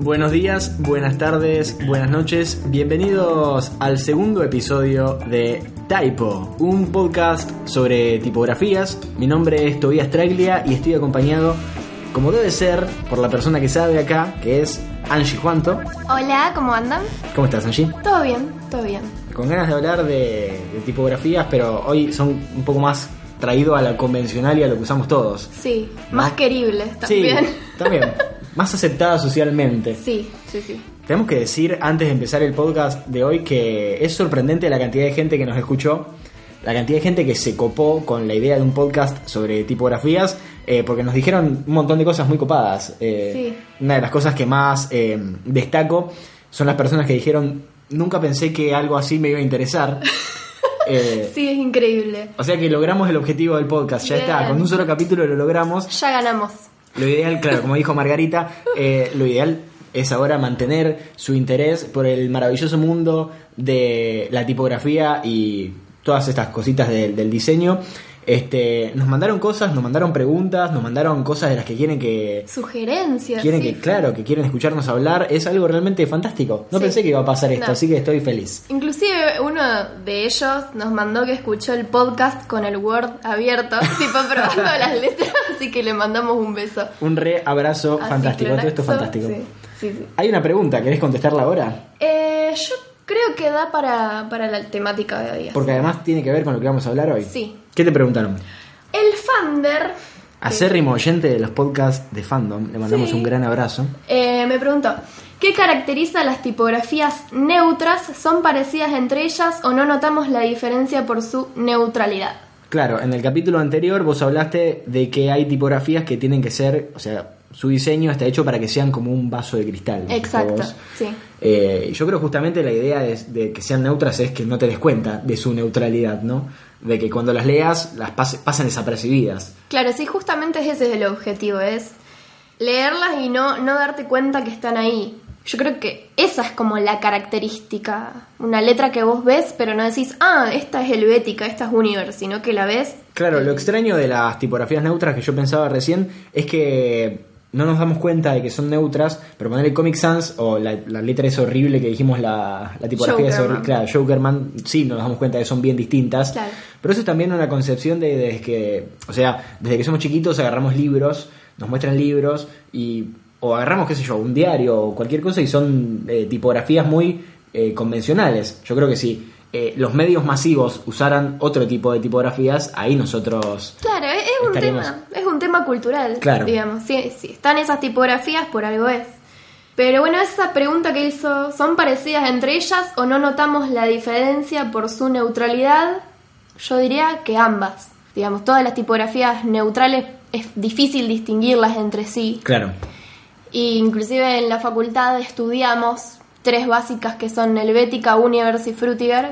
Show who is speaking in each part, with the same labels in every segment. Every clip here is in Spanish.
Speaker 1: Buenos días, buenas tardes, buenas noches. Bienvenidos al segundo episodio de Typo, un podcast sobre tipografías. Mi nombre es Tobias Traglia y estoy acompañado, como debe ser, por la persona que sabe acá, que es Angie Juanto.
Speaker 2: Hola, ¿cómo andan?
Speaker 1: ¿Cómo estás, Angie?
Speaker 2: Todo bien, todo bien.
Speaker 1: Con ganas de hablar de, de tipografías, pero hoy son un poco más traído a la convencional y a lo que usamos todos.
Speaker 2: Sí, más queribles también.
Speaker 1: Sí, también. Más aceptada socialmente.
Speaker 2: Sí, sí, sí.
Speaker 1: Tenemos que decir antes de empezar el podcast de hoy que es sorprendente la cantidad de gente que nos escuchó, la cantidad de gente que se copó con la idea de un podcast sobre tipografías, eh, porque nos dijeron un montón de cosas muy copadas. Eh,
Speaker 2: Sí.
Speaker 1: Una de las cosas que más eh, destaco son las personas que dijeron, nunca pensé que algo así me iba a interesar. Eh,
Speaker 2: Sí, es increíble.
Speaker 1: O sea que logramos el objetivo del podcast, ya está,
Speaker 2: Bien.
Speaker 1: con un solo capítulo lo logramos.
Speaker 2: Ya ganamos.
Speaker 1: Lo ideal, claro, como dijo Margarita, eh, lo ideal es ahora mantener su interés por el maravilloso mundo de la tipografía y todas estas cositas de- del diseño. Este, nos mandaron cosas, nos mandaron preguntas, nos mandaron cosas de las que quieren que
Speaker 2: Sugerencias.
Speaker 1: quieren
Speaker 2: sí.
Speaker 1: que claro, que quieren escucharnos hablar, es algo realmente fantástico. No
Speaker 2: Sí.
Speaker 1: pensé que iba a pasar esto,
Speaker 2: No.
Speaker 1: así que estoy feliz.
Speaker 2: Inclusive uno de ellos nos mandó que escuchó el podcast con el Word abierto, tipo probando las letras, así que le mandamos un beso.
Speaker 1: Un re abrazo
Speaker 2: Así,
Speaker 1: fantástico, todo esto es
Speaker 2: clonazo.
Speaker 1: fantástico.
Speaker 2: Sí, sí, sí.
Speaker 1: Hay una pregunta, ¿querés contestarla ahora?
Speaker 2: Eh, yo creo que da para, para la temática de hoy.
Speaker 1: Porque además tiene que ver con lo que vamos a hablar hoy.
Speaker 2: Sí.
Speaker 1: ¿Qué te preguntaron?
Speaker 2: El Fander
Speaker 1: Acérrimo oyente de los podcasts de fandom, le mandamos
Speaker 2: Eh, Sí.
Speaker 1: un gran abrazo.
Speaker 2: Eh, me preguntó, ¿qué caracteriza las tipografías neutras? ¿Son parecidas entre ellas o no notamos la diferencia por su neutralidad?
Speaker 1: Claro, en el capítulo anterior vos hablaste de que hay tipografías que tienen que ser, o sea, su diseño está hecho para que sean como un vaso de cristal. dijiste
Speaker 2: Exacto,
Speaker 1: vos.
Speaker 2: sí.
Speaker 1: Eh, yo creo justamente la idea de, de que sean neutras es que no te des cuenta de su neutralidad, ¿no? De que cuando las leas las pase- pasen desapercibidas.
Speaker 2: Claro, sí, justamente ese es el objetivo, es leerlas y no, no darte cuenta que están ahí. Yo creo que esa es como la característica, una letra que vos ves, pero no decís, ah, esta es helvética, esta es Universe, sino que la ves.
Speaker 1: Claro, lo extraño de las tipografías neutras que yo pensaba recién es que no nos damos cuenta de que son neutras, pero poner el Comic Sans o la, la letra es horrible que dijimos la, la tipografía es horrible.
Speaker 2: Jokerman.
Speaker 1: Claro, Jokerman, sí, nos damos cuenta de que son bien distintas.
Speaker 2: Claro.
Speaker 1: Pero eso es también una concepción de desde que, o sea, desde que somos chiquitos agarramos libros, nos muestran libros y o agarramos qué sé yo, un diario o cualquier cosa y son eh, tipografías muy eh, convencionales. Yo creo que si eh, los medios masivos usaran otro tipo de tipografías, ahí nosotros
Speaker 2: Claro, es, es un
Speaker 1: Estaríamos-
Speaker 2: tema, es un tema cultural,
Speaker 1: Claro.
Speaker 2: digamos. Sí, sí, están esas tipografías por algo es. Pero bueno, esa pregunta que hizo, ¿son parecidas entre ellas o no notamos la diferencia por su neutralidad? Yo diría que ambas. Digamos, todas las tipografías neutrales es difícil distinguirlas entre sí.
Speaker 1: Claro.
Speaker 2: Y inclusive en la facultad estudiamos tres básicas que son Helvética, Univers y Frutiger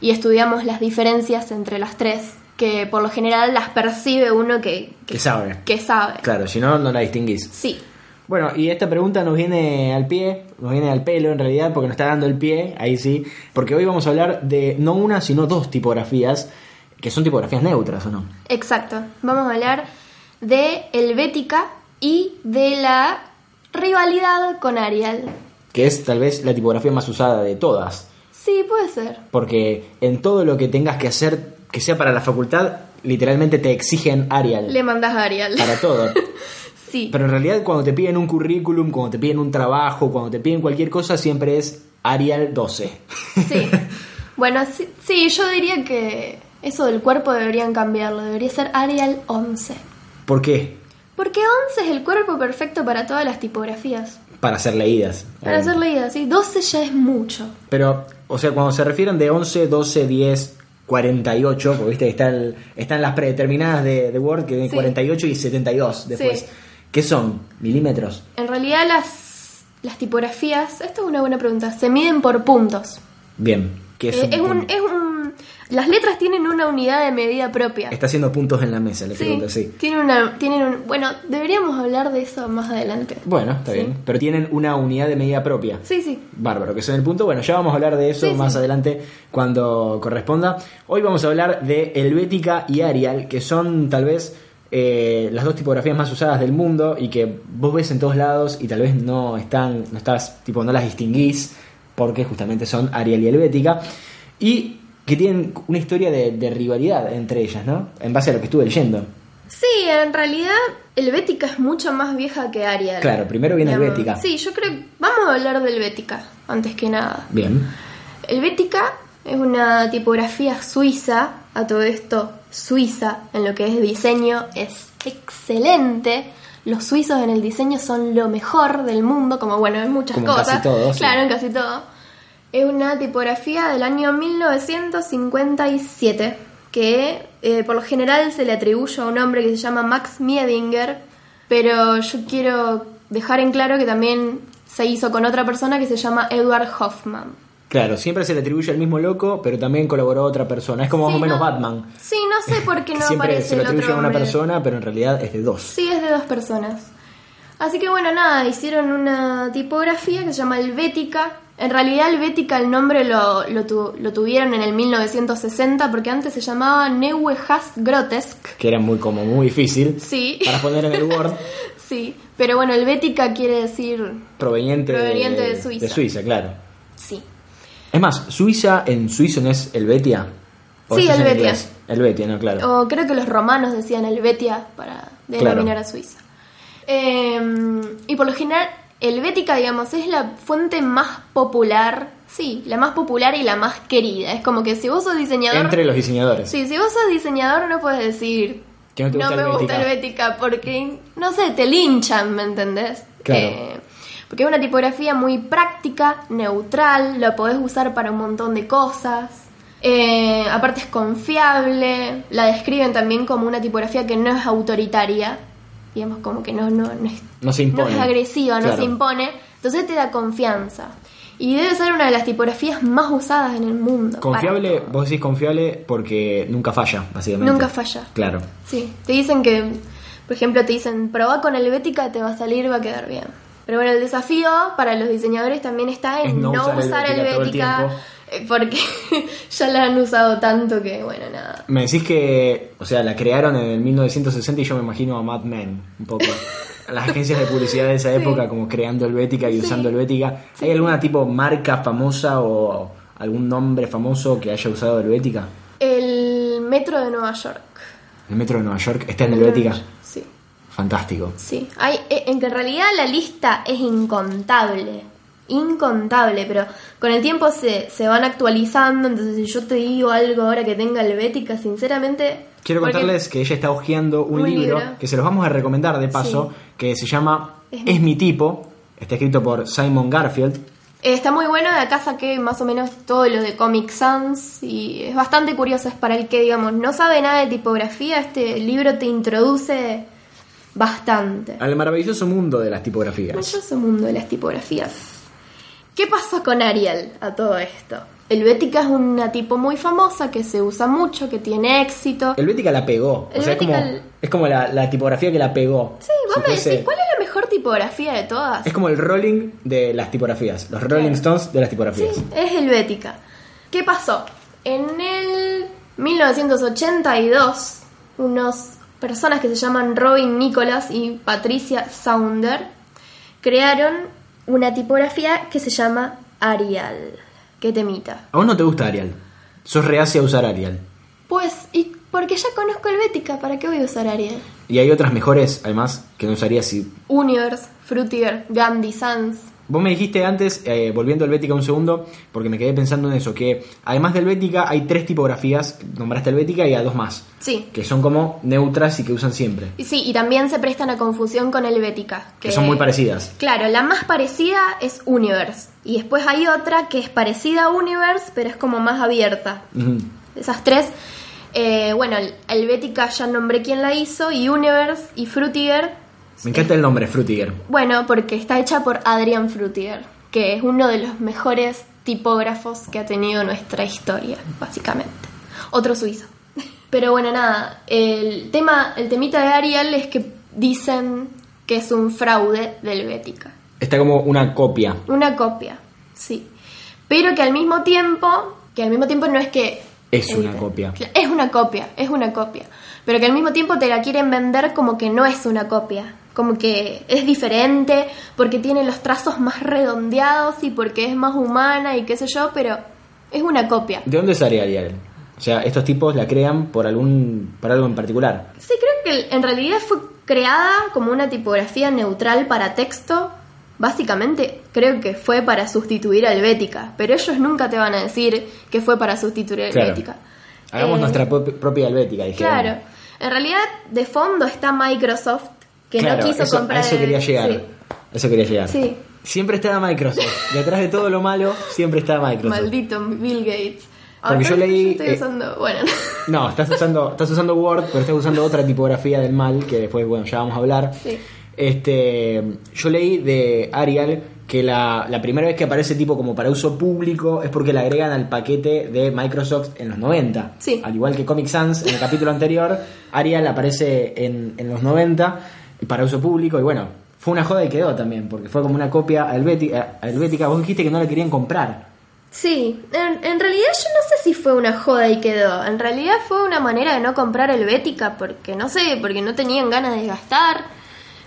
Speaker 2: y estudiamos las diferencias entre las tres, que por lo general las percibe uno que,
Speaker 1: Que sabe.
Speaker 2: que sabe.
Speaker 1: Claro, si no, no la distinguís.
Speaker 2: Sí,
Speaker 1: Bueno, y esta pregunta nos viene al pie, nos viene al pelo en realidad, porque nos está dando el pie, ahí sí, porque hoy vamos a hablar de no una, sino dos tipografías, que son tipografías neutras, ¿o no?
Speaker 2: exacto. Vamos a hablar de Helvética y de la rivalidad con Arial.
Speaker 1: Que es tal vez la tipografía más usada de todas,
Speaker 2: Sí, puede ser.
Speaker 1: porque en todo lo que tengas que hacer, que sea para la facultad, literalmente te exigen Arial.
Speaker 2: Le mandas a Arial.
Speaker 1: Para todo.
Speaker 2: Sí.
Speaker 1: Pero en realidad cuando te piden un currículum, cuando te piden un trabajo, cuando te piden cualquier cosa, siempre es Arial 12.
Speaker 2: Sí. Bueno, sí, sí, yo diría que eso del cuerpo deberían cambiarlo. Debería ser Arial 11.
Speaker 1: ¿Por qué?
Speaker 2: Porque 11 es el cuerpo perfecto para todas las tipografías.
Speaker 1: Para ser leídas.
Speaker 2: Para ser leída, sí. 12 ya es mucho.
Speaker 1: Pero, o sea, cuando se refieren de 11, 12, 10, 48, porque viste, está el- están las predeterminadas de, de Word que tienen
Speaker 2: Sí.
Speaker 1: 48 y 72 después.
Speaker 2: Sí.
Speaker 1: ¿Qué son? ¿Milímetros?
Speaker 2: En realidad las, las tipografías, esto es una buena pregunta, se miden por puntos.
Speaker 1: Bien. Que es
Speaker 2: Eh,
Speaker 1: un
Speaker 2: es, un,
Speaker 1: punto.
Speaker 2: es un- Las letras tienen una unidad de medida propia.
Speaker 1: Está haciendo puntos en la mesa, le
Speaker 2: Sí,
Speaker 1: pregunto, sí.
Speaker 2: tienen una, tienen un, bueno, deberíamos hablar de eso más adelante.
Speaker 1: Bueno, está
Speaker 2: Sí.
Speaker 1: bien. Pero tienen una unidad de medida propia.
Speaker 2: Sí, sí.
Speaker 1: Bárbaro, que son el punto. Bueno, ya vamos a hablar de eso
Speaker 2: Sí, sí.
Speaker 1: más adelante cuando corresponda. Hoy vamos a hablar de Helvética y Arial, que son tal vez eh, las dos tipografías más usadas del mundo y que vos ves en todos lados y tal vez no están, no estás, tipo, no las distinguís porque justamente son Arial y Helvética y que tienen una historia de, de rivalidad entre ellas, ¿no? En base a lo que estuve leyendo.
Speaker 2: Sí, en realidad Helvética es mucho más vieja que Arial.
Speaker 1: Claro, primero viene
Speaker 2: Digamos.
Speaker 1: Helvética.
Speaker 2: Sí, yo creo. Vamos a hablar de Helvética, antes que nada.
Speaker 1: Bien.
Speaker 2: Helvética es una tipografía suiza, a todo esto, suiza en lo que es diseño es excelente. Los suizos en el diseño son lo mejor del mundo, como bueno, en muchas
Speaker 1: Como en
Speaker 2: cosas.
Speaker 1: casi todo, sí.
Speaker 2: Claro, en casi todo. Es una tipografía del año 1957, que eh, por lo general se le atribuye a un hombre que se llama Max Miedinger, pero yo quiero dejar en claro que también se hizo con otra persona que se llama Edward Hoffman.
Speaker 1: Claro, siempre se le atribuye al mismo loco, pero también colaboró otra persona. Es como
Speaker 2: Sí,
Speaker 1: más o menos
Speaker 2: no-
Speaker 1: Batman.
Speaker 2: Sí, no sé por qué
Speaker 1: que
Speaker 2: no
Speaker 1: siempre
Speaker 2: aparece
Speaker 1: se le
Speaker 2: el otro
Speaker 1: atribuye a una
Speaker 2: hombre.
Speaker 1: persona, pero en realidad es de dos.
Speaker 2: Sí, es de dos personas. Así que bueno, nada, hicieron una tipografía que se llama Helvética. En realidad Helvética el nombre lo, lo tu- lo tuvieron en el 1960 porque antes se llamaba Neue Haas Grotesk.
Speaker 1: Que era muy como muy difícil
Speaker 2: Sí,
Speaker 1: para poner en el Word,
Speaker 2: sí. Pero bueno, Helvética quiere decir
Speaker 1: proveniente,
Speaker 2: Proveniente de Suiza.
Speaker 1: de Suiza, claro.
Speaker 2: sí.
Speaker 1: Es más, Suiza en suizo no es Helvetia. ¿O
Speaker 2: Sí,
Speaker 1: eso es en
Speaker 2: Helvetia.
Speaker 1: inglés? Helvetia, no, claro.
Speaker 2: O creo que los romanos decían Helvetia para denominar
Speaker 1: Claro.
Speaker 2: a Suiza. Eh, y por lo general, Helvética, digamos, es la fuente más popular. Sí, la más popular y la más querida. Es como que si vos sos diseñador.
Speaker 1: Entre los diseñadores.
Speaker 2: Sí, si vos sos diseñador, no puedes decir.
Speaker 1: Que no te gusta
Speaker 2: me
Speaker 1: Helvética".
Speaker 2: gusta Helvética porque, no sé, te linchan, ¿me entendés? Eh,
Speaker 1: Claro.
Speaker 2: porque es una tipografía muy práctica, neutral, lo podés usar para un montón de cosas. Eh, aparte es confiable, la describen también como una tipografía que no es autoritaria, digamos como que no, no, no es
Speaker 1: No se impone.
Speaker 2: no es agresiva, no
Speaker 1: Claro.
Speaker 2: se impone, entonces te da confianza. Y debe ser una de las tipografías más usadas en el mundo. para
Speaker 1: Confiable,
Speaker 2: todo.
Speaker 1: vos decís confiable porque nunca falla, básicamente.
Speaker 2: Nunca falla.
Speaker 1: Claro.
Speaker 2: Sí, te dicen que, por ejemplo, te dicen, probá con helvética, te va a salir, va a quedar bien. Pero bueno, el desafío para los diseñadores también está
Speaker 1: Es
Speaker 2: en
Speaker 1: no
Speaker 2: no,
Speaker 1: usar
Speaker 2: usar
Speaker 1: Helvética todo el
Speaker 2: helvética, eh, porque ya la han usado tanto que, bueno, nada.
Speaker 1: Me decís que, o sea, la crearon en el 1960 y yo me imagino a Mad Men, un poco. Las agencias de publicidad de esa época, como creando Helvética y usando Helvética. ¿Hay alguna tipo marca famosa o algún nombre famoso que haya usado Helvética?
Speaker 2: El metro de Nueva York.
Speaker 1: El metro de Nueva York está en Helvética.
Speaker 2: Sí,
Speaker 1: Fantástico.
Speaker 2: sí. Hay, eh, en que en realidad la lista es incontable. Incontable, pero con el tiempo se, se van actualizando. Entonces, si yo te digo algo ahora que tenga helvética, sinceramente.
Speaker 1: Quiero
Speaker 2: porque-
Speaker 1: contarles que ella está hojeando un,
Speaker 2: Un
Speaker 1: libro,
Speaker 2: libro.
Speaker 1: que se los vamos a recomendar de paso, que se llama
Speaker 2: Es mi-
Speaker 1: Es mi tipo. Está escrito por Simon Garfield.
Speaker 2: Eh, Está muy bueno, de acá saqué más o menos todo lo de Comic Sans y es bastante curioso, es para el que, digamos, no sabe nada de tipografía, este libro te introduce bastante.
Speaker 1: Al maravilloso mundo de las tipografías.
Speaker 2: Maravilloso mundo de las tipografías. ¿Qué pasó con Arial a todo esto? Helvética es una tipo muy famosa que se usa mucho, que tiene éxito.
Speaker 1: Helvética la pegó. O sea, es como,
Speaker 2: Helvética-
Speaker 1: es como la, la tipografía que la pegó.
Speaker 2: Sí, vos
Speaker 1: Si
Speaker 2: me
Speaker 1: fuese-
Speaker 2: decís, ¿cuál es la mejor tipografía de todas?
Speaker 1: Es como el rolling de las tipografías. Los Rolling Stones de las tipografías.
Speaker 2: Sí, es helvética. ¿Qué pasó? En el 1982, unos personas que se llaman Robin Nicholas y Patricia Sounder crearon una tipografía que se llama Arial. Qué temita.
Speaker 1: A vos no te gusta Arial. Sos reacia a usar Arial.
Speaker 2: Pues, y porque ya conozco helvética, ¿para qué voy a usar Arial?
Speaker 1: Y hay otras mejores, además, que no usarías si...
Speaker 2: Universe, Frutiger, Gandhi, Sans.
Speaker 1: Vos me dijiste antes, eh, volviendo al Helvética un segundo, porque me quedé pensando en eso, que además de Helvética hay tres tipografías, nombraste Helvética y a dos más,
Speaker 2: Sí.
Speaker 1: que son como neutras y que usan siempre,
Speaker 2: Y Sí, y también se prestan a confusión con helvética.
Speaker 1: que son muy parecidas.
Speaker 2: Claro, la más parecida es Universe. Y después hay otra que es parecida a Universe, pero es como más abierta.
Speaker 1: Ujú.
Speaker 2: Esas tres. eh, bueno, Helvética ya nombré quién la hizo, y Universe y Frutiger.
Speaker 1: Me encanta el nombre, Frutiger.
Speaker 2: Bueno, porque está hecha por Adrian Frutiger, que es uno de los mejores tipógrafos que ha tenido nuestra historia, básicamente. Otro suizo. Pero bueno, nada, el tema, el temita de Arial es que dicen que es un fraude de Helvética.
Speaker 1: Está como una copia.
Speaker 2: Una copia, sí. Pero que al mismo tiempo, que al mismo tiempo no es que
Speaker 1: Es una
Speaker 2: Editan.
Speaker 1: copia.
Speaker 2: Cla- Es una copia, es una copia. Pero que al mismo tiempo te la quieren vender como que no es una copia. Como que es diferente, porque tiene los trazos más redondeados y porque es más humana y qué sé yo, pero es una copia.
Speaker 1: ¿De dónde sale Ariel? O sea, estos tipos la crean por algún para algo en particular.
Speaker 2: Sí, creo que en realidad fue creada como una tipografía neutral para texto. Básicamente, creo que fue para sustituir al Bética, pero ellos nunca te van a decir que fue para sustituir al
Speaker 1: Claro.
Speaker 2: Helvética.
Speaker 1: Hagamos
Speaker 2: Eh,
Speaker 1: nuestra pro- propia helvética, dijeron.
Speaker 2: Claro. En realidad, de fondo está Microsoft, que
Speaker 1: Claro,
Speaker 2: no quiso
Speaker 1: eso,
Speaker 2: comprar.
Speaker 1: A eso quería llegar.
Speaker 2: Sí.
Speaker 1: Eso quería llegar.
Speaker 2: Sí.
Speaker 1: Siempre está Microsoft. Detrás de todo lo malo, siempre está Microsoft.
Speaker 2: Maldito Bill Gates.
Speaker 1: Porque yo
Speaker 2: pero
Speaker 1: leí,
Speaker 2: estoy
Speaker 1: eh,
Speaker 2: usando- Bueno.
Speaker 1: No, estás usando, estás usando Word, pero estás usando otra tipografía del mal, que después, bueno, ya vamos a hablar.
Speaker 2: Sí.
Speaker 1: Este, yo leí de Arial que la, la primera vez que aparece tipo como para uso público es porque la agregan al paquete de Microsoft en los 90.
Speaker 2: Sí.
Speaker 1: Al igual que Comic Sans, en el capítulo anterior, Arial aparece en, en los 90 para uso público y bueno, fue una joda y quedó también, porque fue como una copia a Helveti- a a Helvética. Vos dijiste que no la querían comprar.
Speaker 2: Sí, en, en realidad yo no sé si fue una joda y quedó. En realidad fue una manera de no comprar el Bética porque no sé, porque no tenían ganas de gastar.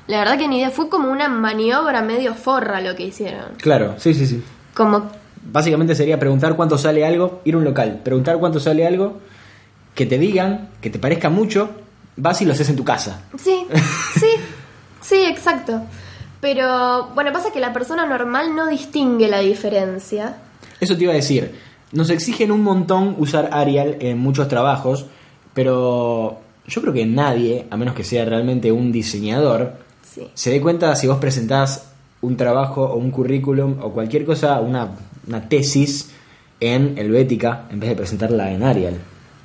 Speaker 2: La verdad que ni idea, fue como una maniobra medio forra lo que hicieron.
Speaker 1: Claro, sí, sí, sí.
Speaker 2: Como
Speaker 1: Básicamente sería preguntar cuánto sale algo, ir a un local, preguntar cuánto sale algo, que te digan, que te parezca mucho, vas y lo haces en tu casa.
Speaker 2: Sí, sí, sí, exacto. Pero bueno, pasa que la persona normal no distingue la diferencia.
Speaker 1: Eso te iba a decir. Nos exigen un montón usar Arial en muchos trabajos, pero yo creo que nadie, a menos que sea realmente un diseñador,
Speaker 2: Sí.
Speaker 1: se dé cuenta si vos presentás un trabajo o un currículum o cualquier cosa, una, una tesis en Helvética, en vez de presentarla en Arial.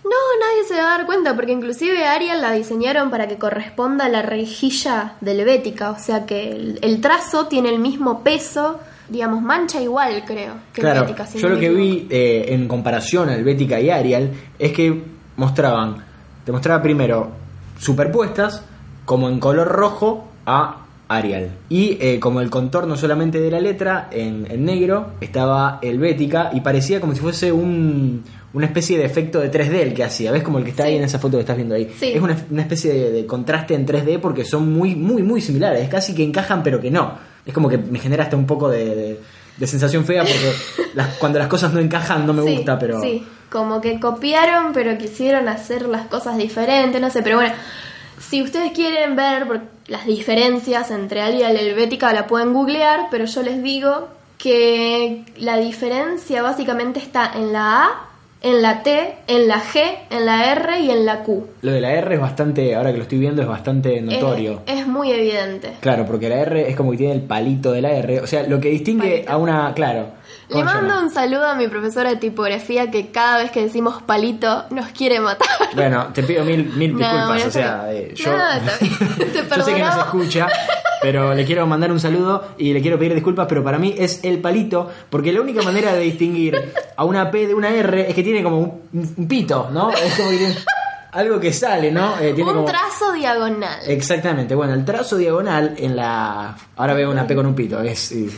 Speaker 2: No, nadie se va a dar cuenta porque inclusive Arial la diseñaron para que corresponda a la rejilla del Bética, o sea que el, el trazo tiene el mismo peso, digamos, mancha igual, creo, que el
Speaker 1: claro,
Speaker 2: Bética, si
Speaker 1: yo
Speaker 2: no
Speaker 1: lo
Speaker 2: me
Speaker 1: que
Speaker 2: equivoco.
Speaker 1: vi eh, en comparación al Bética y Arial es que mostraban, te mostraba primero superpuestas como en color rojo a Arial y eh, como el contorno solamente de la letra en, en negro estaba el Bética y parecía como si fuese un, una especie de efecto de 3D el que hacía, ¿ves? Como el que está
Speaker 2: Sí.
Speaker 1: ahí en esa foto que estás viendo ahí.
Speaker 2: Sí.
Speaker 1: Es una, una especie de, de contraste en 3D porque son muy, muy, muy similares, casi que encajan pero que no. Es como que me genera hasta un poco de- de- de sensación fea porque las- cuando las cosas no encajan no me
Speaker 2: Sí,
Speaker 1: gusta, pero
Speaker 2: Sí, como que copiaron, pero quisieron hacer las cosas diferentes, no sé, pero bueno. Si ustedes quieren ver por- las diferencias entre Alia y la Helvética, la pueden googlear, pero yo les digo que la diferencia básicamente está en la A, en la T, en la G, en la R y en la Q.
Speaker 1: lo de la R es bastante, ahora que lo estoy viendo, es bastante
Speaker 2: Es-
Speaker 1: notorio.
Speaker 2: Es, muy evidente.
Speaker 1: Claro, porque la R es como que tiene el palito de la R, o sea, lo que distingue
Speaker 2: Palito.
Speaker 1: a una, claro.
Speaker 2: Le
Speaker 1: ¿cómo se
Speaker 2: mando
Speaker 1: llama?
Speaker 2: un saludo a mi profesora de tipografía que cada vez que decimos palito nos quiere matar.
Speaker 1: Bueno, te pido mil, mil
Speaker 2: No,
Speaker 1: disculpas,
Speaker 2: bueno,
Speaker 1: o sea,
Speaker 2: está bien.
Speaker 1: eh, yo,
Speaker 2: No, está bien.
Speaker 1: yo sé que
Speaker 2: Te
Speaker 1: no se
Speaker 2: perdonamos.
Speaker 1: escucha, pero le quiero mandar un saludo y le quiero pedir disculpas, pero para mí es el palito, porque la única manera de distinguir a una P de una R es que tiene como un, un- un pito, ¿no? Es como que tiene algo que sale, ¿no? Eh, tiene
Speaker 2: un
Speaker 1: como-
Speaker 2: trazo diagonal.
Speaker 1: Exactamente, bueno, el trazo diagonal en la... Ahora veo una P con un pito, es eh,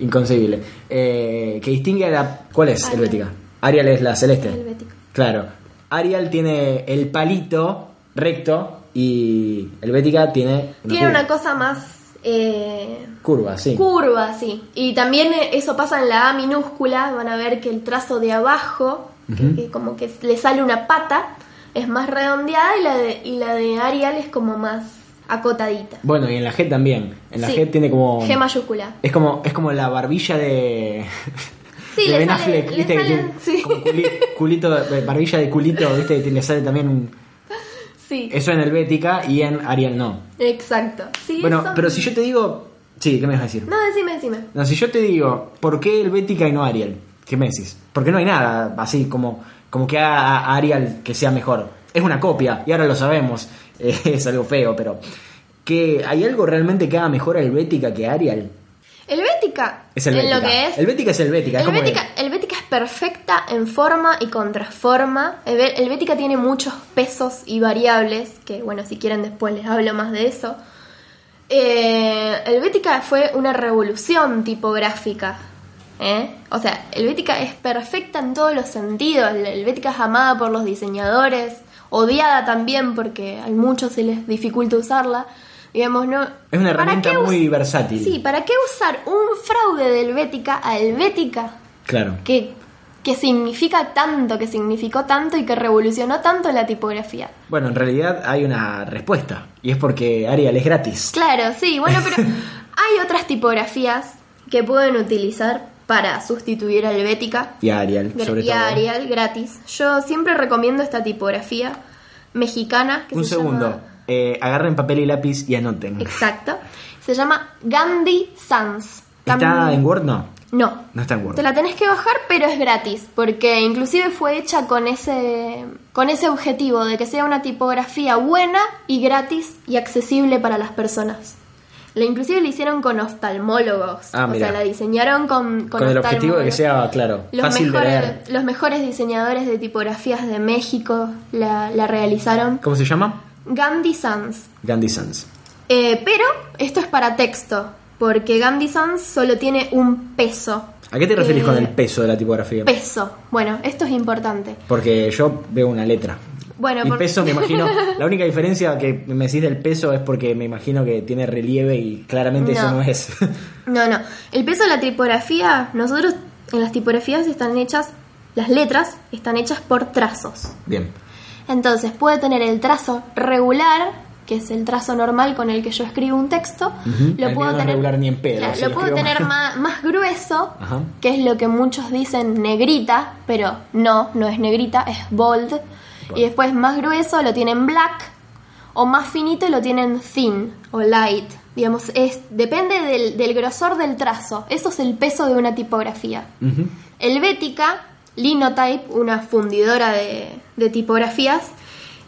Speaker 1: inconcebible. Eh, que distingue a la... ¿Cuál es
Speaker 2: Arial.
Speaker 1: Helvética? Arial es la celeste.
Speaker 2: Helvética.
Speaker 1: Claro. Arial tiene el palito recto y Helvética tiene...
Speaker 2: Tiene
Speaker 1: curva.
Speaker 2: una cosa más eh,
Speaker 1: Curva, sí.
Speaker 2: curva, sí. Y también eh, eso pasa en la A minúscula. Van a ver que el trazo de abajo, que-
Speaker 1: Ujú.
Speaker 2: que como que le sale una pata, es más redondeada y la de, y la de Arial es como más acotadita.
Speaker 1: Bueno, y en la G también. En la
Speaker 2: Sí.
Speaker 1: G tiene como...
Speaker 2: G mayúscula.
Speaker 1: Es como, es como la barbilla de.
Speaker 2: Sí,
Speaker 1: de
Speaker 2: le
Speaker 1: Ben
Speaker 2: sale-
Speaker 1: Affleck,
Speaker 2: le
Speaker 1: ¿viste? Que
Speaker 2: salen-
Speaker 1: tiene
Speaker 2: sí.
Speaker 1: como culi- culito, eh, barbilla de culito, ¿viste? Que le sale también un.
Speaker 2: Sí,
Speaker 1: Eso en Helvética y en Ariel no.
Speaker 2: exacto. Sí,
Speaker 1: bueno,
Speaker 2: eso-
Speaker 1: pero si yo te digo. Sí, ¿qué me vas a decir? No.
Speaker 2: No, decime, decime.
Speaker 1: si yo te digo, ¿por qué Helvética y no Ariel? ¿Qué me decís? Porque no hay nada así como, como que haga a Ariel que sea mejor. Es una copia, y ahora lo sabemos. Eh, es algo feo, pero. ¿Que ¿Hay algo realmente que haga mejor a Helvética que a Ariel?
Speaker 2: Helvética,
Speaker 1: Es
Speaker 2: en
Speaker 1: Helvética.
Speaker 2: lo que es,
Speaker 1: Helvética es Helvética. es como que-
Speaker 2: Helvética, Helvética es perfecta en forma y contraforma. Helve- Helvética tiene muchos pesos y variables, que bueno, si quieren después les hablo más de eso. Eh, Helvética fue una revolución tipográfica. ¿eh? O sea, Helvética es perfecta en todos los sentidos. La Helvética es amada por los diseñadores, odiada también porque hay muchos se les dificulta usarla. Digamos, no.
Speaker 1: Es una
Speaker 2: ¿Para
Speaker 1: herramienta
Speaker 2: qué us-
Speaker 1: muy versátil.
Speaker 2: Sí, ¿para qué usar un fraude de Helvética a Helvética?
Speaker 1: Claro.
Speaker 2: Que, que significa tanto, que significó tanto y que revolucionó tanto la tipografía.
Speaker 1: Bueno, en realidad hay una respuesta. Y es porque Arial es gratis.
Speaker 2: Claro, sí, bueno, pero hay otras tipografías que pueden utilizar para sustituir a Helvética.
Speaker 1: Y a Arial, sobre
Speaker 2: Y
Speaker 1: todo.
Speaker 2: a Arial gratis. Yo siempre recomiendo esta tipografía mexicana. que
Speaker 1: Un
Speaker 2: se
Speaker 1: segundo.
Speaker 2: llama-
Speaker 1: Eh, agarren papel y lápiz y anoten.
Speaker 2: Exacto. Se llama Gandhi Sans.
Speaker 1: ¿Está en Word? No.
Speaker 2: No.
Speaker 1: No está en Word.
Speaker 2: Te la tenés que bajar, pero es gratis, porque inclusive fue hecha con ese, con ese objetivo de que sea una tipografía buena y gratis y accesible para las personas. La inclusive la hicieron con oftalmólogos,
Speaker 1: Ah,
Speaker 2: o
Speaker 1: mira.
Speaker 2: sea, la diseñaron con
Speaker 1: Con, el objetivo de que
Speaker 2: oftalmólogos.
Speaker 1: sea, claro,
Speaker 2: Los
Speaker 1: fácil de leer.
Speaker 2: mejores, los mejores diseñadores de tipografías de México la, la realizaron.
Speaker 1: ¿Cómo se llama?
Speaker 2: Gandhi Sans.
Speaker 1: Gandhi Sans.
Speaker 2: Eh, pero esto es para texto, porque Gandhi Sans solo tiene un peso.
Speaker 1: ¿A qué te referís
Speaker 2: Eh,
Speaker 1: con el peso de la tipografía?
Speaker 2: Peso. Bueno, esto es importante.
Speaker 1: Porque yo veo una letra.
Speaker 2: Bueno,
Speaker 1: y
Speaker 2: por-
Speaker 1: peso me imagino. la única diferencia que me decís del peso es porque me imagino que tiene relieve y claramente eso
Speaker 2: No.
Speaker 1: no es.
Speaker 2: No, no. El peso de la tipografía, nosotros en las tipografías están hechas, las letras están hechas por trazos.
Speaker 1: Bien.
Speaker 2: Entonces puede tener el trazo regular, que es el trazo normal con el que yo escribo un texto.
Speaker 1: Ujú. El
Speaker 2: Lo
Speaker 1: mío
Speaker 2: puedo
Speaker 1: no es
Speaker 2: tener,
Speaker 1: regular ni en pedo,
Speaker 2: Claro,
Speaker 1: si
Speaker 2: lo
Speaker 1: lo
Speaker 2: puedo
Speaker 1: escribo
Speaker 2: tener más, más grueso,
Speaker 1: Ajá.
Speaker 2: que es lo que muchos dicen negrita, pero no, no es negrita, es bold. Y después más grueso lo tienen black, o más finito lo tienen thin o light. Digamos, es, depende del, del grosor del trazo. Eso es el peso de una tipografía.
Speaker 1: Ujú.
Speaker 2: Helvética, Linotype, una fundidora de, de tipografías,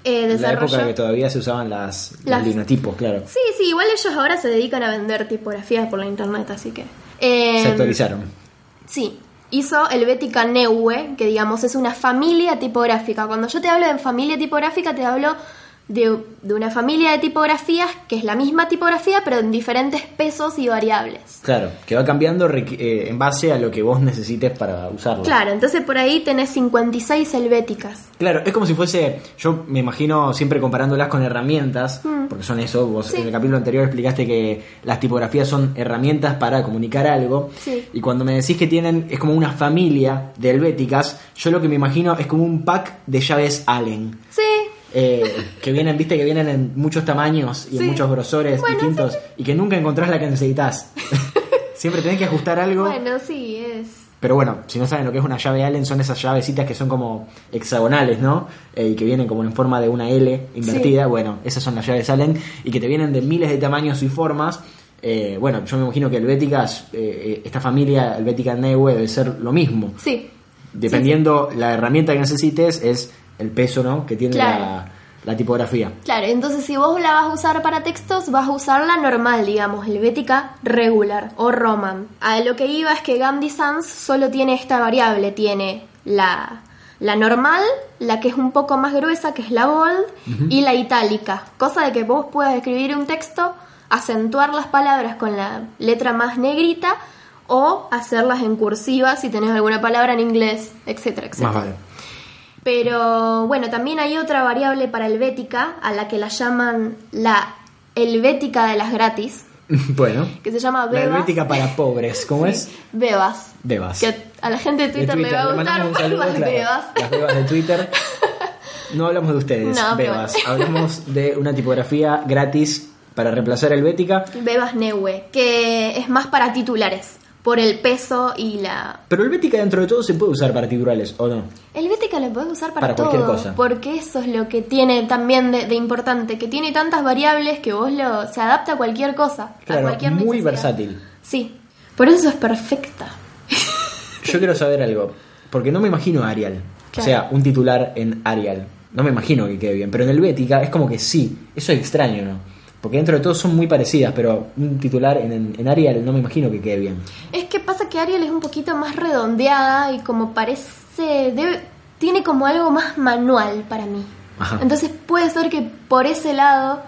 Speaker 2: eh,
Speaker 1: La época que
Speaker 2: desarrolló...
Speaker 1: todavía se usaban las, los
Speaker 2: Las-
Speaker 1: linotipos, claro.
Speaker 2: Sí, sí, igual ellos ahora se dedican a vender tipografías por la internet, así que... eh,
Speaker 1: Se actualizaron.
Speaker 2: Sí, hizo Helvética Neue, que digamos es una familia tipográfica. Cuando yo te hablo de familia tipográfica, te hablo de, de una familia de tipografías que es la misma tipografía, pero en diferentes pesos y variables.
Speaker 1: Claro, que va cambiando requ- eh, en base a lo que vos necesites para usarlo.
Speaker 2: Claro, entonces por ahí tenés 56 helvéticas.
Speaker 1: Claro, es como si fuese, yo me imagino siempre comparándolas con herramientas,
Speaker 2: Mm.
Speaker 1: porque son eso, vos
Speaker 2: Sí.
Speaker 1: en el capítulo anterior explicaste que las tipografías son herramientas para comunicar algo,
Speaker 2: Sí.
Speaker 1: y cuando me decís que tienen, es como una familia de helvéticas, yo lo que me imagino es como un pack de llaves Allen,
Speaker 2: Sí,
Speaker 1: eh, que vienen, viste, que vienen en muchos tamaños y en
Speaker 2: Sí.
Speaker 1: muchos grosores
Speaker 2: Bueno,
Speaker 1: distintos, y que nunca encontrás la que necesitas. siempre tenés que ajustar algo.
Speaker 2: bueno, sí, es.
Speaker 1: Pero bueno, si no saben lo que es una llave Allen, son esas llavecitas que son como hexagonales, ¿no? Eh, y que vienen como en forma de una L invertida. Bueno, esas son las llaves Allen y que te vienen de miles de tamaños y formas. Eh, bueno, yo me imagino que Helvéticas, eh, eh, esta familia Helvética Neue debe ser lo mismo.
Speaker 2: Sí,
Speaker 1: Dependiendo la herramienta que necesites, es el peso, ¿no? Que tiene
Speaker 2: Claro.
Speaker 1: la, la tipografía.
Speaker 2: claro, entonces si vos la vas a usar para textos, vas a usar la normal, digamos, helvética regular o Roman. A lo que iba es que Gandhi Sans solo tiene esta variable, tiene la, la normal, la que es un poco más gruesa, que es la bold, y la itálica, cosa de que vos puedas escribir un texto, acentuar las palabras con la letra más negrita o hacerlas en cursiva si tenés alguna palabra en inglés, etcétera, etcétera.
Speaker 1: Más vale.
Speaker 2: Pero bueno, también hay otra variable para helvética, a la que la llaman la helvética de las gratis,
Speaker 1: bueno.
Speaker 2: que se llama
Speaker 1: La
Speaker 2: Bebas.
Speaker 1: Helvética para pobres, ¿cómo es?
Speaker 2: Bebas.
Speaker 1: Bebas.
Speaker 2: Que a la gente de
Speaker 1: de
Speaker 2: Twitter, le va a
Speaker 1: Le
Speaker 2: gustar
Speaker 1: mandamos un
Speaker 2: por
Speaker 1: saludo,
Speaker 2: las
Speaker 1: claro,
Speaker 2: bebas.
Speaker 1: Las bebas de Twitter. No hablamos de ustedes,
Speaker 2: No, pero
Speaker 1: bebas. Hablamos de una tipografía gratis para reemplazar Helvética.
Speaker 2: Bebas Neue, que es más para titulares, por el peso y la...
Speaker 1: Pero Helvética dentro de todo se puede usar para titulares, ¿o no?
Speaker 2: Helvética lo podés usar para,
Speaker 1: Para
Speaker 2: todo,
Speaker 1: cualquier cosa.
Speaker 2: porque eso es lo que tiene también de, de importante, que tiene tantas variables que vos lo... se adapta a cualquier cosa, a
Speaker 1: Claro,
Speaker 2: cualquier
Speaker 1: muy
Speaker 2: necesidad.
Speaker 1: versátil.
Speaker 2: Sí, por eso es perfecta.
Speaker 1: Yo quiero saber algo, porque no me imagino a Arial. O
Speaker 2: Claro.
Speaker 1: sea, un titular en Arial. No me imagino que quede bien, pero en Helvética es como que sí. Eso es extraño, ¿no? Porque dentro de todo son muy parecidas, pero un titular en, en- en Arial no me imagino que quede bien.
Speaker 2: Es que pasa que Ariel es un poquito más redondeada y como parece... debe- tiene como algo más manual para mí.
Speaker 1: Ajá.
Speaker 2: Entonces puede ser que por ese lado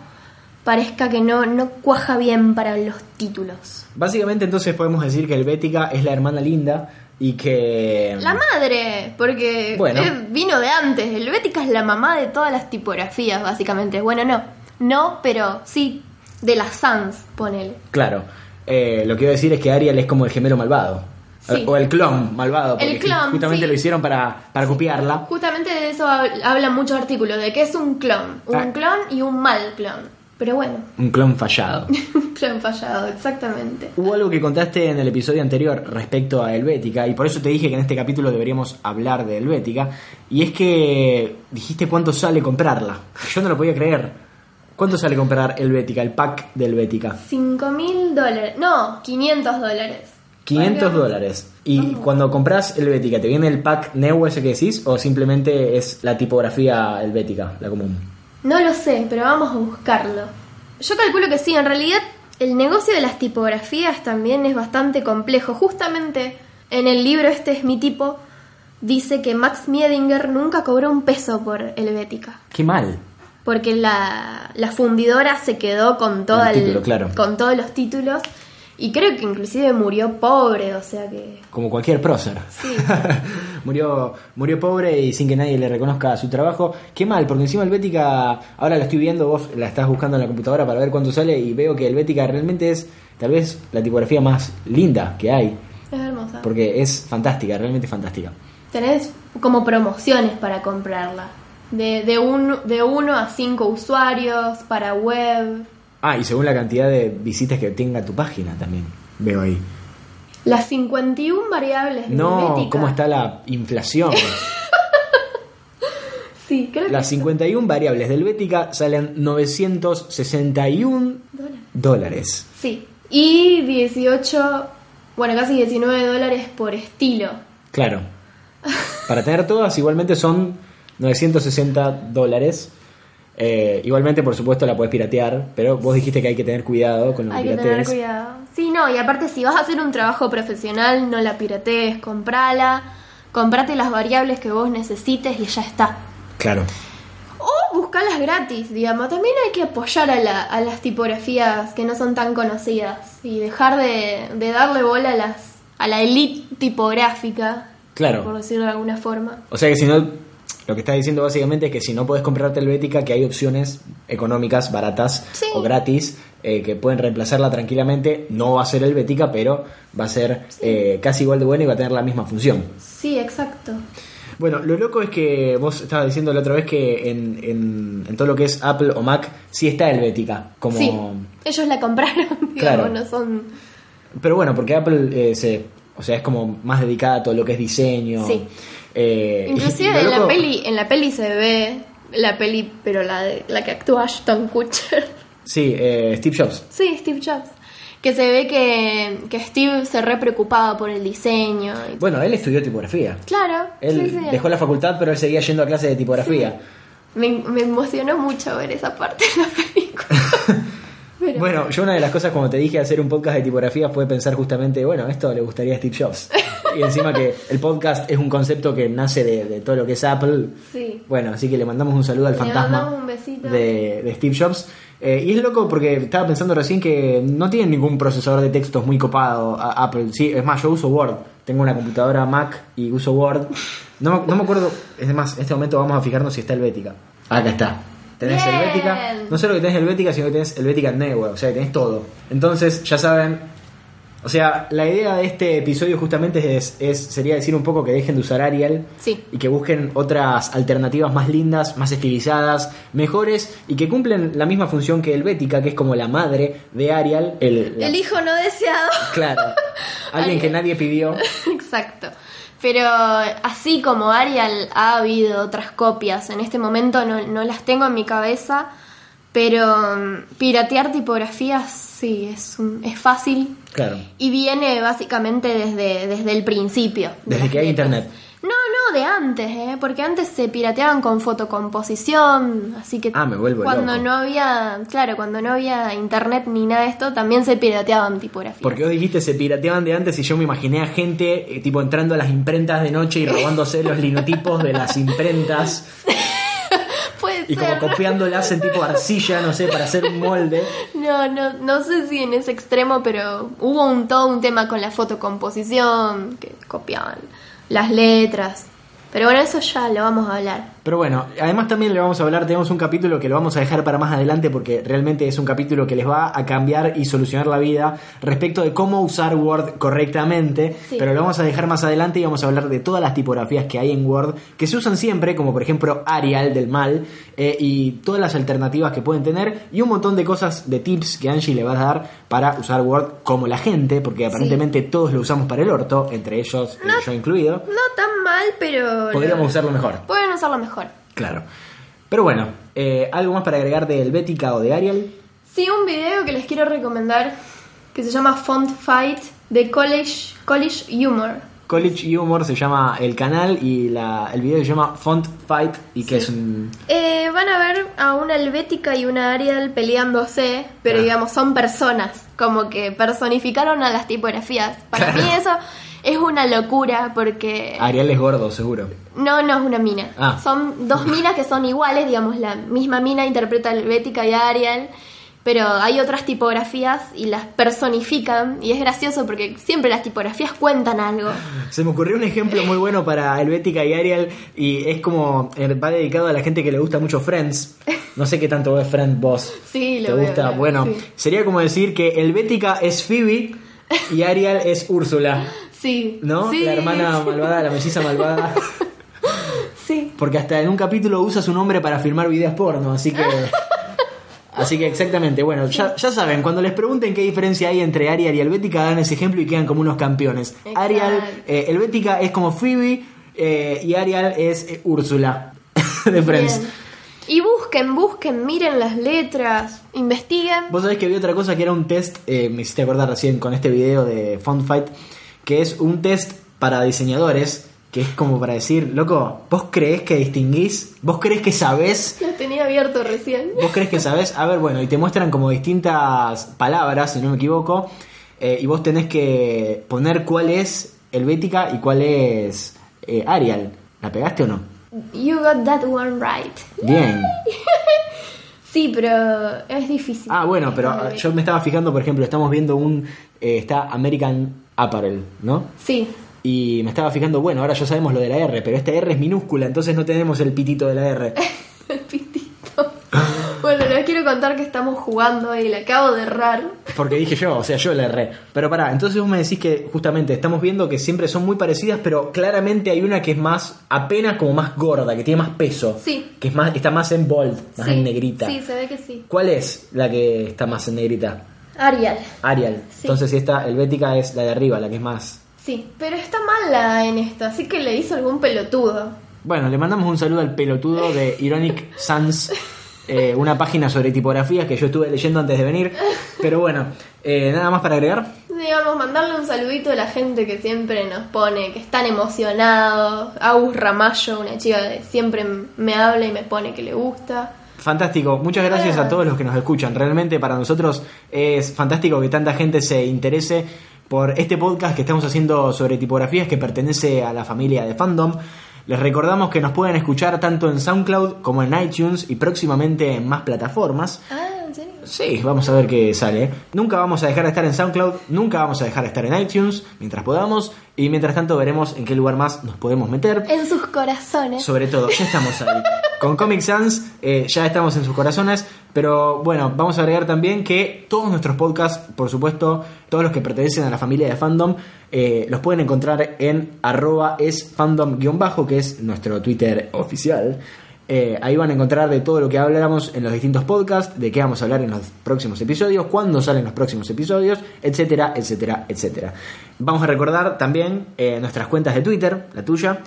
Speaker 2: parezca que no, no cuaja bien para los títulos.
Speaker 1: Básicamente entonces podemos decir que Helvética es la hermana linda y que...
Speaker 2: La madre, porque
Speaker 1: Bueno.
Speaker 2: eh, vino de antes. Helvética es la mamá de todas las tipografías, básicamente. Bueno, no. No, pero sí. De las Sans, ponele.
Speaker 1: Claro. Eh, lo que iba a decir es que Ariel es como el gemelo malvado.
Speaker 2: Sí.
Speaker 1: O el clon malvado. porque
Speaker 2: El clon,
Speaker 1: Justamente
Speaker 2: sí.
Speaker 1: lo hicieron para, para copiarla.
Speaker 2: Justamente de eso hab- habla mucho artículo, de que es un clon. Un
Speaker 1: Ah.
Speaker 2: clon y un mal clon. Pero bueno,
Speaker 1: Un clon fallado.
Speaker 2: un clon fallado, exactamente.
Speaker 1: Hubo algo que contaste en el episodio anterior respecto a Helvética, y por eso te dije que en este capítulo deberíamos hablar de Helvética, y es que dijiste cuánto sale comprarla. Yo no lo podía creer. ¿Cuánto sale comprar Helvética, el pack de Helvética?
Speaker 2: 5 mil dólares. No, 500 dólares.
Speaker 1: 500
Speaker 2: Porque-
Speaker 1: dólares. ¿Y cuando compras Helvética, te viene el pack Neo ese que decís, o simplemente es la tipografía Helvética, la común?
Speaker 2: No lo sé, pero vamos a buscarlo. Yo calculo que sí, en realidad el negocio de las tipografías también es bastante complejo. Justamente en el libro Este es mi tipo, dice que Max Miedinger nunca cobró un peso por Helvética.
Speaker 1: ¡Qué mal!
Speaker 2: Porque la, la fundidora se quedó con, toda
Speaker 1: El
Speaker 2: el-
Speaker 1: título, claro.
Speaker 2: con todos los títulos y creo que inclusive murió pobre, o sea que...
Speaker 1: Como cualquier prócer.
Speaker 2: Sí.
Speaker 1: murió, murió pobre y sin que nadie le reconozca su trabajo. Qué mal, porque encima Helvética, ahora la estoy viendo, vos la estás buscando en la computadora para ver cuánto sale y veo que Helvética realmente es tal vez la tipografía más linda que hay,
Speaker 2: Es hermosa.
Speaker 1: porque es fantástica, realmente fantástica.
Speaker 2: Tenés como promociones para comprarla. De, de, un, de uno a cinco usuarios para web.
Speaker 1: Ah, y según la cantidad de visitas que tenga tu página también, veo ahí.
Speaker 2: Las 51 variables de
Speaker 1: No,
Speaker 2: Helvética.
Speaker 1: ¿cómo está la inflación?
Speaker 2: Sí, creo
Speaker 1: Las
Speaker 2: que...
Speaker 1: 51 variables de Helvética salen 961
Speaker 2: Dólares.
Speaker 1: dólares.
Speaker 2: Sí. Y 18, bueno, casi 19 dólares por estilo.
Speaker 1: Claro. Para tener todas, igualmente son 960 dólares. Eh, igualmente, por supuesto, la podés piratear, pero vos dijiste que hay que tener cuidado con los
Speaker 2: Hay que tener
Speaker 1: piratees.
Speaker 2: cuidado. Sí, no, y aparte si vas a hacer un trabajo profesional, no la piratees, comprala, comprate las variables que vos necesites y ya está.
Speaker 1: Claro.
Speaker 2: O buscalas gratis, digamos. También hay que apoyar a, la- a las tipografías que no son tan conocidas y dejar de, de darle bola a, las, a la elite tipográfica, por
Speaker 1: Claro.
Speaker 2: decirlo de alguna forma.
Speaker 1: O sea que si no, lo que estás diciendo básicamente es que si no podés comprarte Helvética, que hay opciones económicas, baratas
Speaker 2: Sí.
Speaker 1: o gratis, eh, que pueden reemplazarla tranquilamente, no va a ser Helvética, pero va a ser eh, casi igual de buena y va a tener la misma función.
Speaker 2: Sí, exacto.
Speaker 1: Bueno, lo loco es que vos estabas diciendo la otra vez que en, en- en todo lo que es Apple o Mac sí está Helvética. Como...
Speaker 2: Sí, ellos la compraron, digamos,
Speaker 1: Claro.
Speaker 2: no son...
Speaker 1: Pero bueno, porque Apple eh, se, o sea, es como más dedicada a todo lo que es diseño.
Speaker 2: Sí.
Speaker 1: Eh, y
Speaker 2: Inclusive
Speaker 1: lo
Speaker 2: en la
Speaker 1: loco-
Speaker 2: peli, en la peli se ve la peli, pero la de, la que actúa Ashton Kutcher.
Speaker 1: Sí, eh, Steve Jobs.
Speaker 2: Sí, Steve Jobs. Que se ve que, que Steve se re preocupaba por el diseño. y-
Speaker 1: Bueno, él estudió tipografía.
Speaker 2: Claro.
Speaker 1: Él
Speaker 2: sí, sí.
Speaker 1: dejó la facultad, pero él seguía yendo a clases de tipografía.
Speaker 2: Me, me emocionó mucho ver esa parte de la película. Pero-
Speaker 1: Bueno, yo una de las cosas cuando te dije hacer un podcast de tipografía fue pensar justamente, bueno, esto le gustaría a Steve Jobs. Y encima que el podcast es un concepto que nace de, de todo lo que es Apple.
Speaker 2: Sí.
Speaker 1: Bueno, así que le mandamos un saludo al
Speaker 2: Le
Speaker 1: fantasma
Speaker 2: mandamos un besito.
Speaker 1: de, de Steve Jobs. Eh, y es loco porque estaba pensando recién que no tiene ningún procesador de textos muy copado a- Apple. Sí, es más, yo uso Word. Tengo una computadora Mac y uso Word. No, me- no me acuerdo, es más, en este momento vamos a fijarnos si está Helvética. Acá está. Tenés
Speaker 2: Bien.
Speaker 1: Helvética. No solo que tenés Helvética, sino que tenés Helvética Neue, o sea que tenés todo. Entonces, ya saben, o sea, la idea de este episodio justamente es, es- sería decir un poco que dejen de usar Arial
Speaker 2: Sí.
Speaker 1: y que busquen otras alternativas más lindas, más estilizadas, mejores y que cumplen la misma función que Helvética, que es como la madre de Arial, el, la-
Speaker 2: El hijo no deseado.
Speaker 1: claro, alguien que
Speaker 2: Arial.
Speaker 1: nadie pidió.
Speaker 2: Exacto. Pero así como Arial ha habido otras copias, en este momento no, no las tengo en mi cabeza, pero mm, piratear tipografías sí, es, un- es fácil
Speaker 1: Claro.
Speaker 2: y viene básicamente desde, desde el principio. de
Speaker 1: Desde
Speaker 2: las
Speaker 1: que hay
Speaker 2: letras.
Speaker 1: internet.
Speaker 2: No, no, de antes, ¿eh? porque antes se pirateaban con fotocomposición, así que
Speaker 1: Ah, me vuelvo
Speaker 2: cuando
Speaker 1: loco.
Speaker 2: no había, claro, cuando no había internet ni nada de esto, también se pirateaban tipografías.
Speaker 1: Porque vos dijiste se pirateaban de antes y yo me imaginé a gente eh, tipo entrando a las imprentas de noche y robándose los linotipos de las imprentas.
Speaker 2: Puede puede
Speaker 1: Y
Speaker 2: ser.
Speaker 1: como copiándolas en tipo arcilla, no sé, para hacer un molde.
Speaker 2: No, no, no sé si en ese extremo, pero hubo un todo un tema con la fotocomposición, que copiaban las letras. Pero bueno, eso ya lo vamos a hablar.
Speaker 1: Pero bueno, además también le vamos a hablar, tenemos un capítulo que lo vamos a dejar para más adelante porque realmente es un capítulo que les va a cambiar y solucionar la vida respecto de cómo usar Word correctamente,
Speaker 2: Sí.
Speaker 1: pero lo vamos a dejar más adelante y vamos a hablar de todas las tipografías que hay en Word que se usan siempre, como por ejemplo Arial del mal eh, y todas las alternativas que pueden tener y un montón de cosas, de tips que Angie le va a dar para usar Word como la gente, porque aparentemente todos lo usamos para el orto, entre ellos eh, yo incluido.
Speaker 2: No tan mal, pero.
Speaker 1: Podríamos usarlo mejor.
Speaker 2: Pueden usarlo mejor.
Speaker 1: Claro. Pero bueno, eh, ¿algo más para agregar de Helvética o de Arial?
Speaker 2: Sí, un video que les quiero recomendar que se llama Font Fight de College, College Humor.
Speaker 1: College Humor se llama el canal y la, el video se llama Font Fight y que
Speaker 2: Sí.
Speaker 1: es un...
Speaker 2: Eh, van a ver a una helvética y una Arial peleándose, pero
Speaker 1: Ah.
Speaker 2: digamos son personas, como que personificaron a las tipografías. Para
Speaker 1: Claro.
Speaker 2: mí eso es una locura porque
Speaker 1: Arial es gordo, seguro.
Speaker 2: no, no es una mina.
Speaker 1: Ah.
Speaker 2: Son dos minas que son iguales, digamos, la misma mina interpreta a helvética y a Arial, pero hay otras tipografías y las personifican y es gracioso porque siempre las tipografías cuentan algo.
Speaker 1: Se me ocurrió un ejemplo muy bueno para Helvética y Arial y es como eh, va dedicado a la gente que le gusta mucho Friends. No sé qué tanto ves Friends vos.
Speaker 2: Sí, lo
Speaker 1: ¿Te
Speaker 2: veo,
Speaker 1: gusta?
Speaker 2: lo-
Speaker 1: bueno,
Speaker 2: sí.
Speaker 1: sería como decir que Helvética es Phoebe y Arial es Úrsula,
Speaker 2: Sí.
Speaker 1: ¿no?
Speaker 2: Sí.
Speaker 1: La hermana malvada, la melliza malvada.
Speaker 2: Sí.
Speaker 1: Porque hasta en un capítulo usa su nombre para filmar videos porno, así que. Así que exactamente, bueno, ya, ya saben, cuando les pregunten qué diferencia hay entre Arial y Helvética, dan ese ejemplo y quedan como unos campeones.
Speaker 2: Exacto.
Speaker 1: Arial, eh, Helvética es como Phoebe eh, y Arial es eh, Úrsula de Friends.
Speaker 2: Bien. Y busquen, busquen, miren las letras, investiguen.
Speaker 1: Vos sabés que vi otra cosa que era un test, eh, me hiciste acordar recién con este video de Font Fight, que es un test para diseñadores, que es como para decir, loco, vos creés que distinguís, vos creés que sabés
Speaker 2: Lo tenía abierto recién.
Speaker 1: ¿Vos crees que sabés? A ver, bueno, y te muestran como distintas palabras, si no me equivoco, eh, y vos tenés que poner cuál es helvética y cuál es eh, Arial. ¿La pegaste o no?
Speaker 2: You got that one right.
Speaker 1: Bien.
Speaker 2: Sí, pero es difícil.
Speaker 1: Ah, bueno, pero eh, yo me estaba fijando, por ejemplo, estamos viendo un... eh, está American Apparel, ¿no?
Speaker 2: Sí,
Speaker 1: Y me estaba fijando, bueno, ahora ya sabemos lo de la R, pero esta R es minúscula, entonces no tenemos el pitito de la R.
Speaker 2: el pitito. Bueno, les quiero contar que estamos jugando y le acabo de errar.
Speaker 1: Porque dije yo, o sea, yo la erré. Pero pará, entonces vos me decís que justamente estamos viendo que siempre son muy parecidas, pero claramente hay una que es más, apenas como más gorda, que tiene más peso.
Speaker 2: Sí.
Speaker 1: Que es más, está más en bold, más
Speaker 2: Sí,
Speaker 1: en negrita.
Speaker 2: Sí, se ve que sí.
Speaker 1: ¿Cuál es la que está más en negrita?
Speaker 2: Arial.
Speaker 1: Arial.
Speaker 2: Sí.
Speaker 1: Entonces si esta helvética es la de arriba, la que es más.
Speaker 2: Sí, pero está mala en esta, así que le hizo algún pelotudo.
Speaker 1: Bueno, le mandamos un saludo al pelotudo de Ironic Sans, eh, una página sobre tipografías que yo estuve leyendo antes de venir. Pero bueno, eh, nada más para agregar.
Speaker 2: Digamos, mandarle un saludito a la gente que siempre nos pone, que están emocionados. Agus Ramallo, una chica que siempre me habla y me pone que le gusta.
Speaker 1: Fantástico, muchas gracias a todos los que nos escuchan. Realmente para nosotros es fantástico que tanta gente se interese por este podcast que estamos haciendo sobre tipografías que pertenece a la familia de Fandom. Les recordamos que nos pueden escuchar tanto en SoundCloud como en iTunes y próximamente en más plataformas.
Speaker 2: Ah, ¿en serio?
Speaker 1: Sí, vamos a ver qué sale. Nunca vamos a dejar de estar en SoundCloud, nunca vamos a dejar de estar en iTunes mientras podamos y mientras tanto veremos en qué lugar más nos podemos meter.
Speaker 2: En sus corazones.
Speaker 1: Sobre todo, ya estamos ahí. Con Comic Sans eh, ya estamos en sus corazones, pero bueno, vamos a agregar también que todos nuestros podcasts, por supuesto, todos los que pertenecen a la familia de fandom, eh, los pueden encontrar en arroba es fandom-bajo, que es nuestro Twitter oficial. Eh, ahí van a encontrar de todo lo que hablamos en los distintos podcasts, de qué vamos a hablar en los próximos episodios, cuándo salen los próximos episodios, etcétera, etcétera, etcétera. Vamos a recordar también eh, nuestras cuentas de Twitter, la tuya,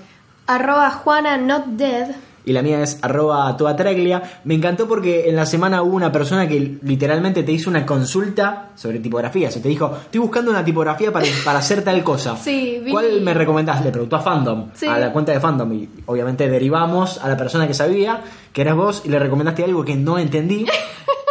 Speaker 2: Arroba Juana Not Dead.
Speaker 1: y la mía es arroba toda traglia. Me encantó porque en la semana hubo una persona que literalmente te hizo una consulta sobre tipografía. Se te dijo, estoy buscando una tipografía para, para hacer tal cosa.
Speaker 2: Sí, vi.
Speaker 1: ¿Cuál me recomendás? Le preguntó a Fandom,
Speaker 2: Sí.
Speaker 1: a la cuenta de Fandom. Y obviamente derivamos a la persona que sabía, que eras vos, y le recomendaste algo que no entendí.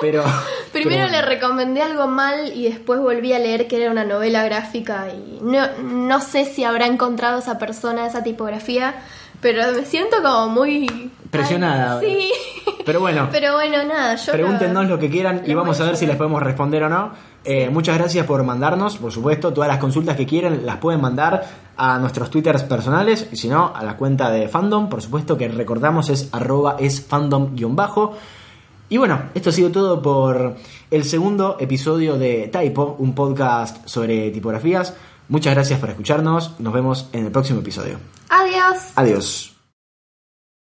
Speaker 1: Pero.
Speaker 2: Primero
Speaker 1: pero
Speaker 2: le
Speaker 1: bueno.
Speaker 2: recomendé algo mal y después volví a leer que era una novela gráfica y no, no sé si habrá encontrado esa persona, esa tipografía, Pero me siento como muy...
Speaker 1: Presionada.
Speaker 2: Ay, sí.
Speaker 1: Pero bueno.
Speaker 2: Pero bueno, nada, yo...
Speaker 1: Pregúntenos lo que quieran y
Speaker 2: lo
Speaker 1: vamos a
Speaker 2: voy a
Speaker 1: ver si les podemos responder o no. Eh, muchas gracias por mandarnos, por supuesto. Todas las consultas que quieran las pueden mandar a nuestros twitters personales y si no, a la cuenta de fandom, por supuesto, que recordamos es arroba es fandom-bajo. Y bueno, esto ha sido todo por el segundo episodio de Typo, un podcast sobre tipografías. Muchas gracias por escucharnos. Nos vemos en el próximo episodio.
Speaker 2: Adiós.
Speaker 1: Adiós.